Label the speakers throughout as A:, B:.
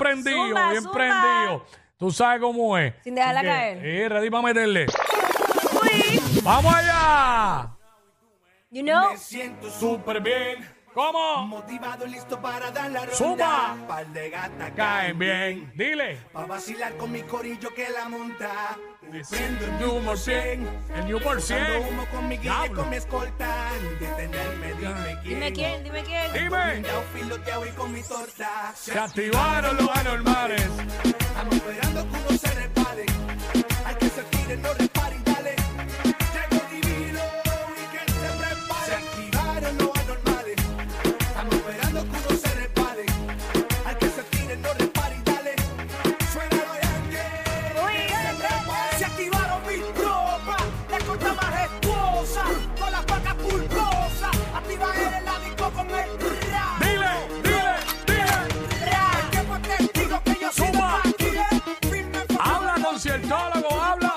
A: prendido,
B: Zumba,
A: bien
B: zumba.
A: prendido. Tú sabes cómo es.
B: Sin dejarla
A: Así que,
B: caer.
A: eh, ready para meterle. ¡Vamos allá!
B: You know,
C: siento
A: Súper bien. ¿Cómo?
C: motivado, listo para dar la ronda.
A: Zumba.
C: Pal de gata
A: Caen bien. Dile.
C: Pa' vacilar con mi corillo que la monta. Prendo
A: el
C: el
A: New
C: humo
A: por 100. El New por 100.
C: Usando humo con mi guille,
A: Diablo.
C: con mi escolta. Detenerme, dime quién.
B: dime quién, dime quién.
A: Dime.
C: Pintao, filoteao y con mi torta.
A: Se activaron los anormales.
C: Estamos esperando que uno se repare. Al que se tire, no repare y dale. Llegó divino y que se prepare. Se activaron los anormales. Estamos esperando que uno se repare. Al que se tire, no repare y dale. Suena los yankees. que se prepare. Se activaron mis tropas. La concha majestuosa. Con las vacas pulposas. Activa el heládico con el rap.
A: Dile, dile, dile. Zumba. Habla, conciertólogo, habla.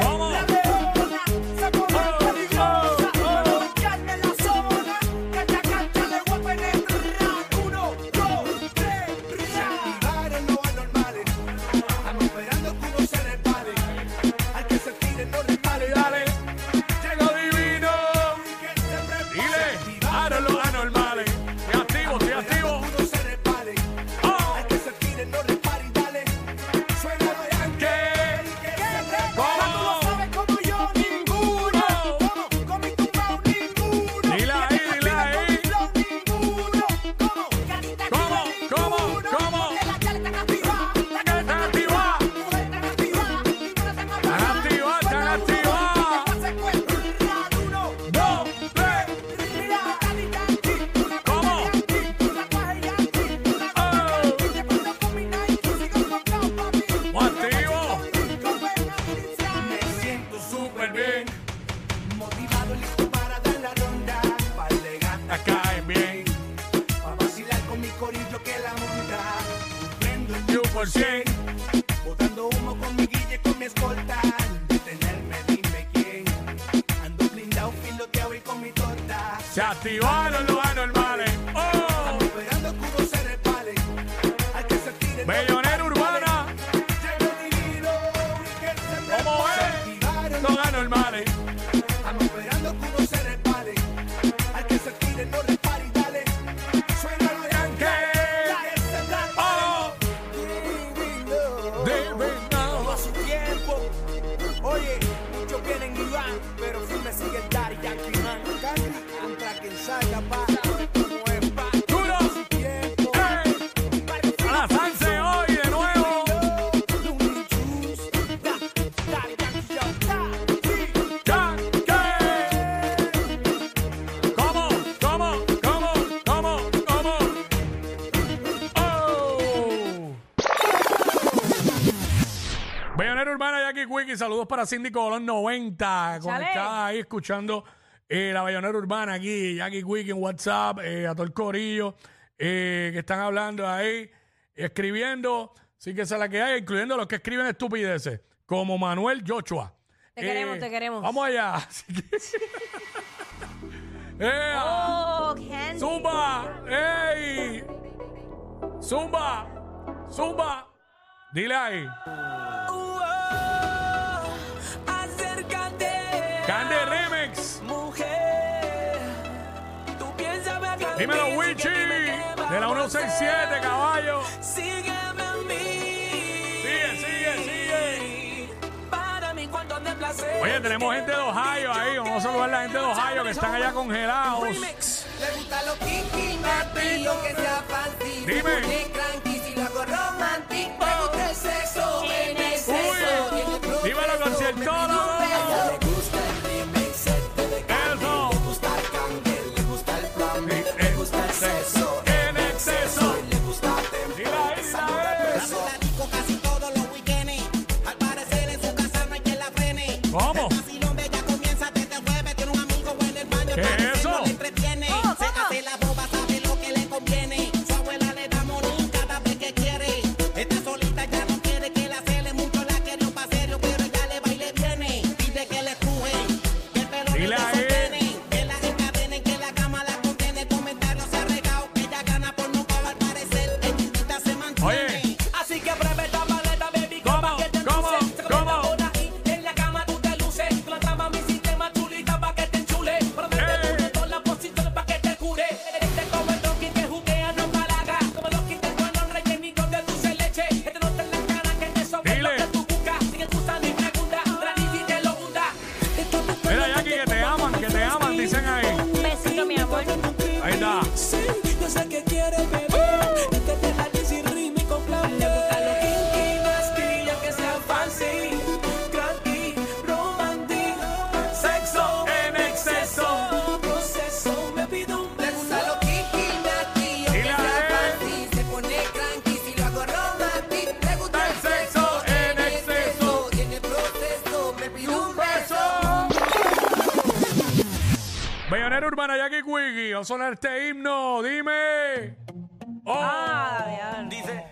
A: ¿Cómo? Oh, oh, oh. Dale, dale. Llegó divino. Dile. Aaron los anormales. Estoy activo, estoy activo. Oh,
C: Al que se tire, no repare y dale. Suena los yankees.
A: ¿qué? ¿Cómo? ¿Cómo? ¿Cómo? ¿Cómo? Está activada. Dos, tres. ¿Cómo? Oh. Muy activo.
C: Me siento
A: Súper bien.
C: Motivado, listo para dar la ronda. Pal de gata,
A: La caen bien.
C: pa' vacilar con mi corillo que la monta. Prendo el
A: New por 100.
C: Botando humo con mi guille, con mi escolta. Detenerme, dime quién. Ando blindado, filoteado y con mi torta.
A: Se activaron los anormales. Oh,
C: Esperando que uno se repare. Al que se tire. no
A: Bellonera
C: repare, dale.
A: urbana.
C: Llegó divino y que se me
A: ¿Cómo
C: pare.
A: es?
C: Activaron
A: Los anormales.
C: Estamos esperando que uno se repare. Al que se tire, no repare y dale. Suena los yankees.
A: ¿Qué?
C: Que se repare.
A: Oh,
C: Divino.
A: deben
C: Todo a su tiempo. Oye, muchos vienen y van, pero firme sigue el Daddy Yankee Man. Canta contra quien salga pasa, como es pa.
A: Duro.
C: Tiempo.
A: Hey. A las 11 hoy de nuevo. Ya, ¿qué? ¿Cómo? ¿Cómo? ¿Cómo? ¿Cómo? ¿Cómo? Oh. Bellonera Urbana, Jackie Quickie, saludos para Cindy Colón 90, conectada ahí escuchando eh, la Bellonera Urbana aquí, Jackie Quickie en WhatsApp, eh, a todo el corillo eh, que están hablando ahí, escribiendo, sí que esa es la que hay, incluyendo los que escriben estupideces, como Manuel Joshua.
B: Te queremos, te queremos.
A: Eh, Vamos allá. Así que- ¡Ea!
B: Oh, Candy.
A: Eh, ¡Zumba! ¡Ey! ¡Zumba! ¡Zumba! Dile ahí.
D: Acércate,
A: Candy Remix.
D: mujer. Tú piénsame acá.
A: Dímelo, Wichi. De la 167, caballo.
D: Sígueme a mí.
A: Sigue, sigue, sigue.
D: Para mi cuarto de placer.
A: Oye, tenemos gente de Ohio ahí. Vamos a saludar a la gente de Ohio que están allá congelados.
D: Remix.
E: Le gusta lo kinky, mati, lo que sea fancy.
A: Dime. Oh.
E: Me cranky, si lo hago romantic. Me gusta el sexo, en exceso.
A: Uy.
E: Tiene progreso,
A: Dímelo, conciertólogo.
E: me pide un beso. Le gusta el remix, este de candy.
A: Eso.
E: Le gusta el candel, le gusta el plan.
A: Sí,
E: Le gusta el sexo,
A: En exceso. eh.
E: le gusta temprano.
A: Dile ahí, dile ahí.
F: Dame la disco casi todos los weekendes. Al parecer en su casa no hay quien la frene.
A: ¿Cómo?
F: El vacilón de ella comienza desde el jueves. Tiene un amigo en el baño.
A: ¿Qué
F: el parecer
A: es eso?
F: No le entretiene.
B: ¿Cómo,
F: Se
B: cómo?
F: hace la boba, sabe lo que le conviene. Su abuela le da morín cada vez que quiere. Esta solita ya no quiere que la cele. Mucho la querió pa' serio, pero ella le baile viene. Pide que le empuje. Que el pelo
A: Dile
F: le
A: ahí.
F: sostiene. Que la encadenen, que la cama la contiene. Come
G: Este Este
C: contigo.
A: Ahí está.
C: Sí, yo sé que quieres beber. Este te da y ritmo con plan Te gusta lo kinky, más pilla que sea fancy. Cranky, romantic, sexo en exceso. Proceso, me pido un
F: Le
C: beso.
F: gusta lo kinky, nasty, yo
A: Y
F: que
A: la
F: sea
A: de-
F: fancy. Se pone cranky si lo hago romantic. Le gusta el sexo en exceso. Y en el proceso me pido un beso.
A: Bayonera Urbana, Jackie Quickie. Va a sonar este himno. Dime. Oh.
B: Ah, diablo.
C: Dice.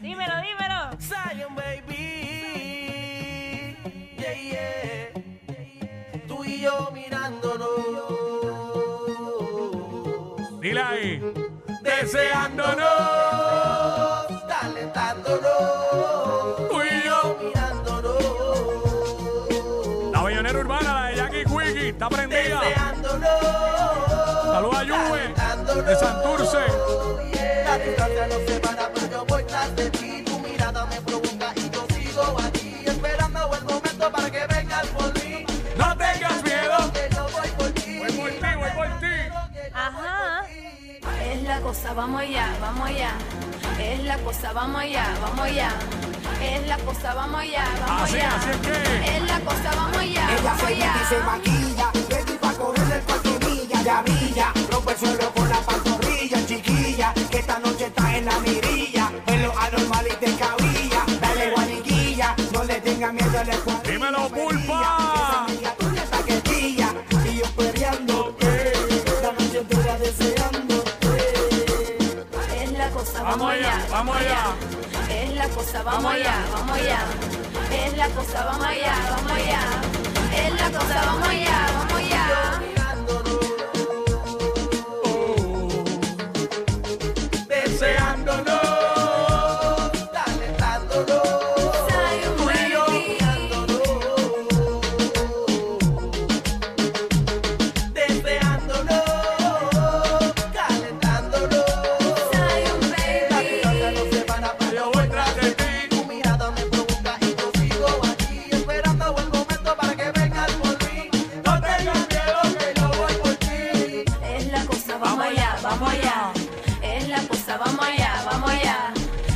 B: Dímelo, dímelo.
C: Zion, baby. Yeah, yeah. Tú y yo mirándonos,
A: Dile ahí. Deseándonos.
C: calentándonos,
A: Tú y yo.
C: mirándonos,
A: La Bayonera Urbana, la de Jackie Quickie. Está prendida.
C: deseándonos.
A: Saluda a Juve. De Santurce.
C: La distancia nos separa, pero yo voy tras de ti. Tu mirada me provoca y yo sigo aquí, esperando el momento para que vengas por mí.
A: No tengas miedo.
C: Que yo voy por ti.
A: Voy por ti, voy por ti.
B: Ajá.
H: Es la cosa, vamos allá, vamos allá. Es la cosa, vamos allá, vamos allá. Es la cosa, vamos allá, vamos
A: Así,
H: allá.
A: así es que.
H: Es la cosa, vamos allá,
F: Ella
H: vamos
F: se
H: allá.
F: mete y se maquilla, ready pa' correr el parque milla, ya brilla, rompe el suelo con la pantorrilla, chiquilla, que esta noche está en la mirilla, en lo anormal y te cabilla, dale guaniquilla, no le tenga miedo al escuadrilla.
A: Dímelo,
F: Esa
A: pulpa.
F: niña tuya está que brilla, y yo perreando, esta noche entera deseando.
H: Es la cosa,
A: Vamos
H: vamos
A: allá,
H: allá,
A: vamos allá.
H: Es la cosa,
A: Vamos
H: vamos allá,
A: allá.
H: vamos allá. Es la cosa, vamos allá, vamos allá. Es la cosa, vamos allá, vamos allá.
C: Deseándonos, calentándonos.
H: Zion, baby.
C: Deseándonos, calentándonos.
H: Zion,
C: La
H: baby.
C: distancia nos separa, pero yo voy tras de ti. Tu mirada me provoca y yo sigo aquí, esperando el momento para que vengas por mí. No tengas miedo que yo voy por ti.
H: Es la cosa, vamos allá, vamos allá. Es la cosa, vamos allá, vamos allá.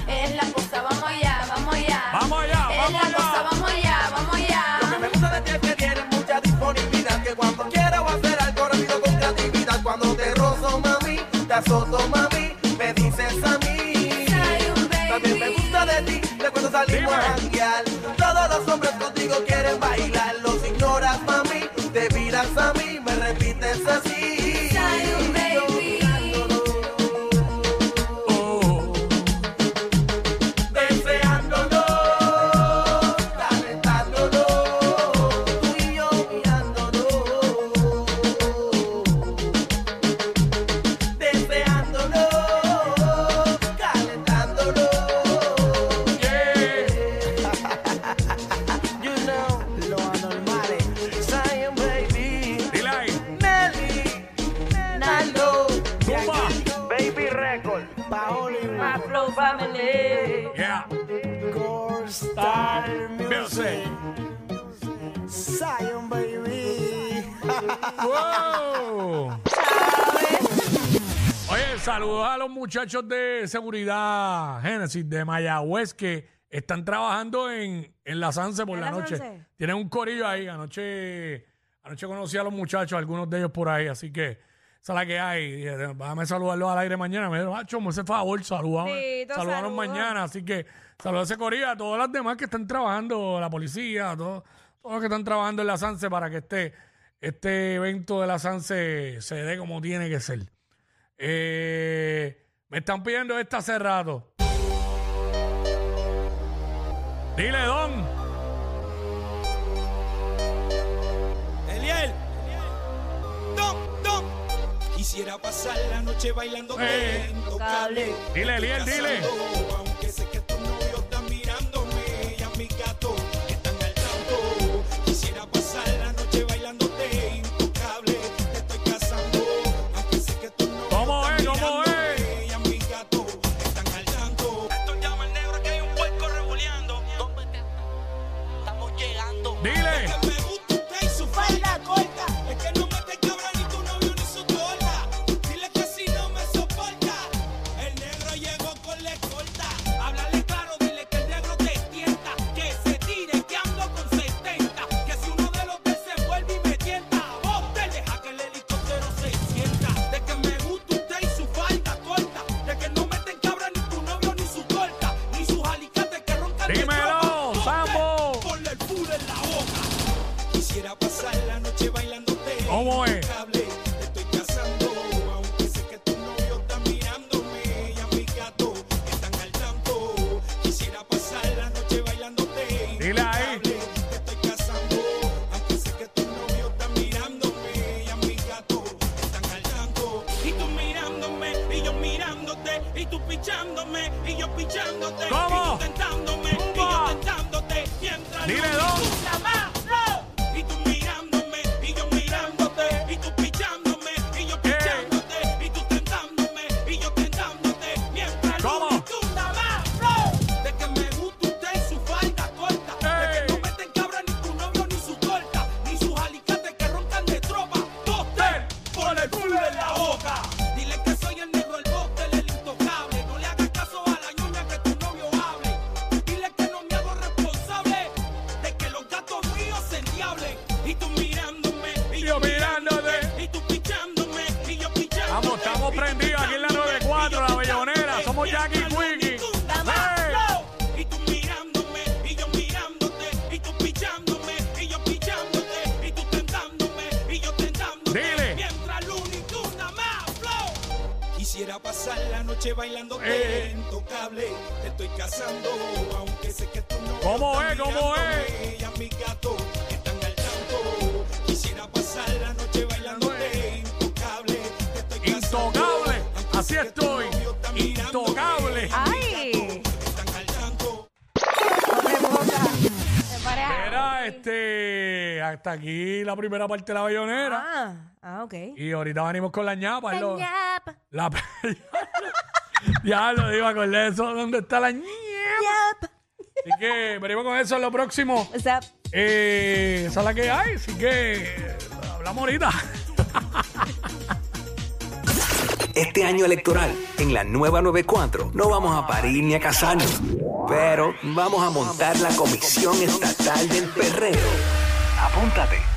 H: Es la cosa, vamos allá, vamos allá.
A: Vamos allá,
H: Es
A: vamos
H: la cosa,
A: allá.
H: vamos allá, vamos
C: Lo que
H: allá.
C: me gusta de ti es que tienes mucha disponibilidad Que cuando quiero hacer algo rápido con creatividad Cuando te rozo, mami, te azoto, mami Me dices a mí
H: Zion,
C: También me
H: baby.
C: gusta de ti de cuando salimos a
A: Dime.
C: janguear Todos los hombres contigo quieren bailar Los ignoras, mami, te miras a mí Me repites así
H: Zion, baby.
A: Oh.
C: Deseándonos, calentándonos, tú y yo mirándonos. Deseándonos, calentándonos. You know,
F: Lo anormal es
C: Zion baby,
A: Dile ahí.
C: Nelly, Naldo,
A: Zumba.
C: Baby Record,
F: Paolo y
B: My flow family.
A: Yeah.
F: Gore Star
A: Music.
F: Music. Zion, baby.
A: Wow. Oye, saludos a los muchachos de seguridad Génesis de Mayagüez que están trabajando en, en la Sanse por
B: ¿En
A: la
B: la
A: noche.
B: Sanse?
A: Tienen un corillo ahí. Anoche, anoche conocí a los muchachos, algunos de ellos por ahí, así que esa es la que hay. Dije, Déjame saludarlos al aire mañana. Me dijeron, macho, me hace favor, saludamos.
B: Sí, todos
A: saludaron
B: saludos.
A: mañana. Así que saludos a ese corillo, a todas las demás que están trabajando, la policía, a todos, todos los que están trabajando en la Sanse para que este, este evento de la Sanse se dé como tiene que ser. Eh, me están pidiendo esta hace rato. Dile, Don.
G: Eliel. Dom, dom. Quisiera pasar la noche bailando
A: Eh.
G: cable.
A: Dile, Eliel, dile.
G: Aunque sé que tu novio está mirándome y a mis gatos están al tanto. Quisiera pasar la noche bailándote intocable. Te estoy casando. Aunque sé que tu novio
A: ¿Cómo
G: está
A: es? ¿Cómo
G: mirándome
A: es?
G: ella, mi gato, están al tanto. Esto llama al negro que hay un puerco revoleando.
A: Dile.
G: Es que me gusta usted y su falda corta. Es que no me te cabra ni tu novio ni su torta. pichándome y tú pichándome y yo pichándote
A: ¿Cómo?
G: y tú tentándome y yo
A: ¿Cómo?
G: tentándote mientras
A: Dile,
G: no
A: Don.
G: tú llamas, no. y tú mirándome y yo mirándote y tú pichándome y yo
A: Eh.
G: picándote y tú tentándome y yo tentándote mientras
A: ¿Cómo?
G: no tú llamas, no. de que me gusta usted y su falda corta de
A: Eh.
G: que no me meten cabra ni tu novio ni su torta ni sus alicates que roncan de tropa Toster, pon el culo en la boca dile que soy el negro el bóster el intocable no le hagas caso a la ñoña que tu novio hable dile que no me hago responsable de que los gatos míos se endiablen y tú mirándome y
A: Yo
G: yo
A: mirándote.
G: mirándote y tú pichándome y yo pichándome
A: Vamos, estamos prendidos aquí en la 94, la Bellonera. Somos Jackie Quickie. ¡Hey!
G: y tú mirándome y yo mirándote y tú pichándome y yo pichándote y tú tentándome y yo tentándote
A: Dile.
G: mientras Luna y tú nada más flow quisiera pasar la noche bailándote
A: Eh.
G: intocable te estoy casando aunque sé que tú no
A: ¿Cómo
G: estás
A: es? ¿Cómo es?
G: mirándome, y a mi gato están al tanto quisiera pasar la noche bailándote intocable te estoy casando,
A: Intocable.
G: aunque
A: Así
G: sé que tu
A: estoy.
G: novio está mirándome.
A: Intocable.
B: Ah. ¡Ay!
G: Están al tanto.
B: Se pareja.
A: Era este. Hasta aquí la primera parte de la Bellonera.
B: Ah, ah, ok.
A: Y ahorita venimos con la ñapa. es lo-
B: Ñap,
A: La Ya lo digo, acordé de eso. ¿Dónde está la ñapa?
B: ñap.
A: Así que venimos con eso en lo próximo.
B: What's up?
A: Eh, esa es la que hay, así que hablamos ahorita.
I: Este año electoral, en la nueva 94, no vamos a parir ni a casarnos, pero vamos a montar la Comisión Estatal del Perreo. Apúntate.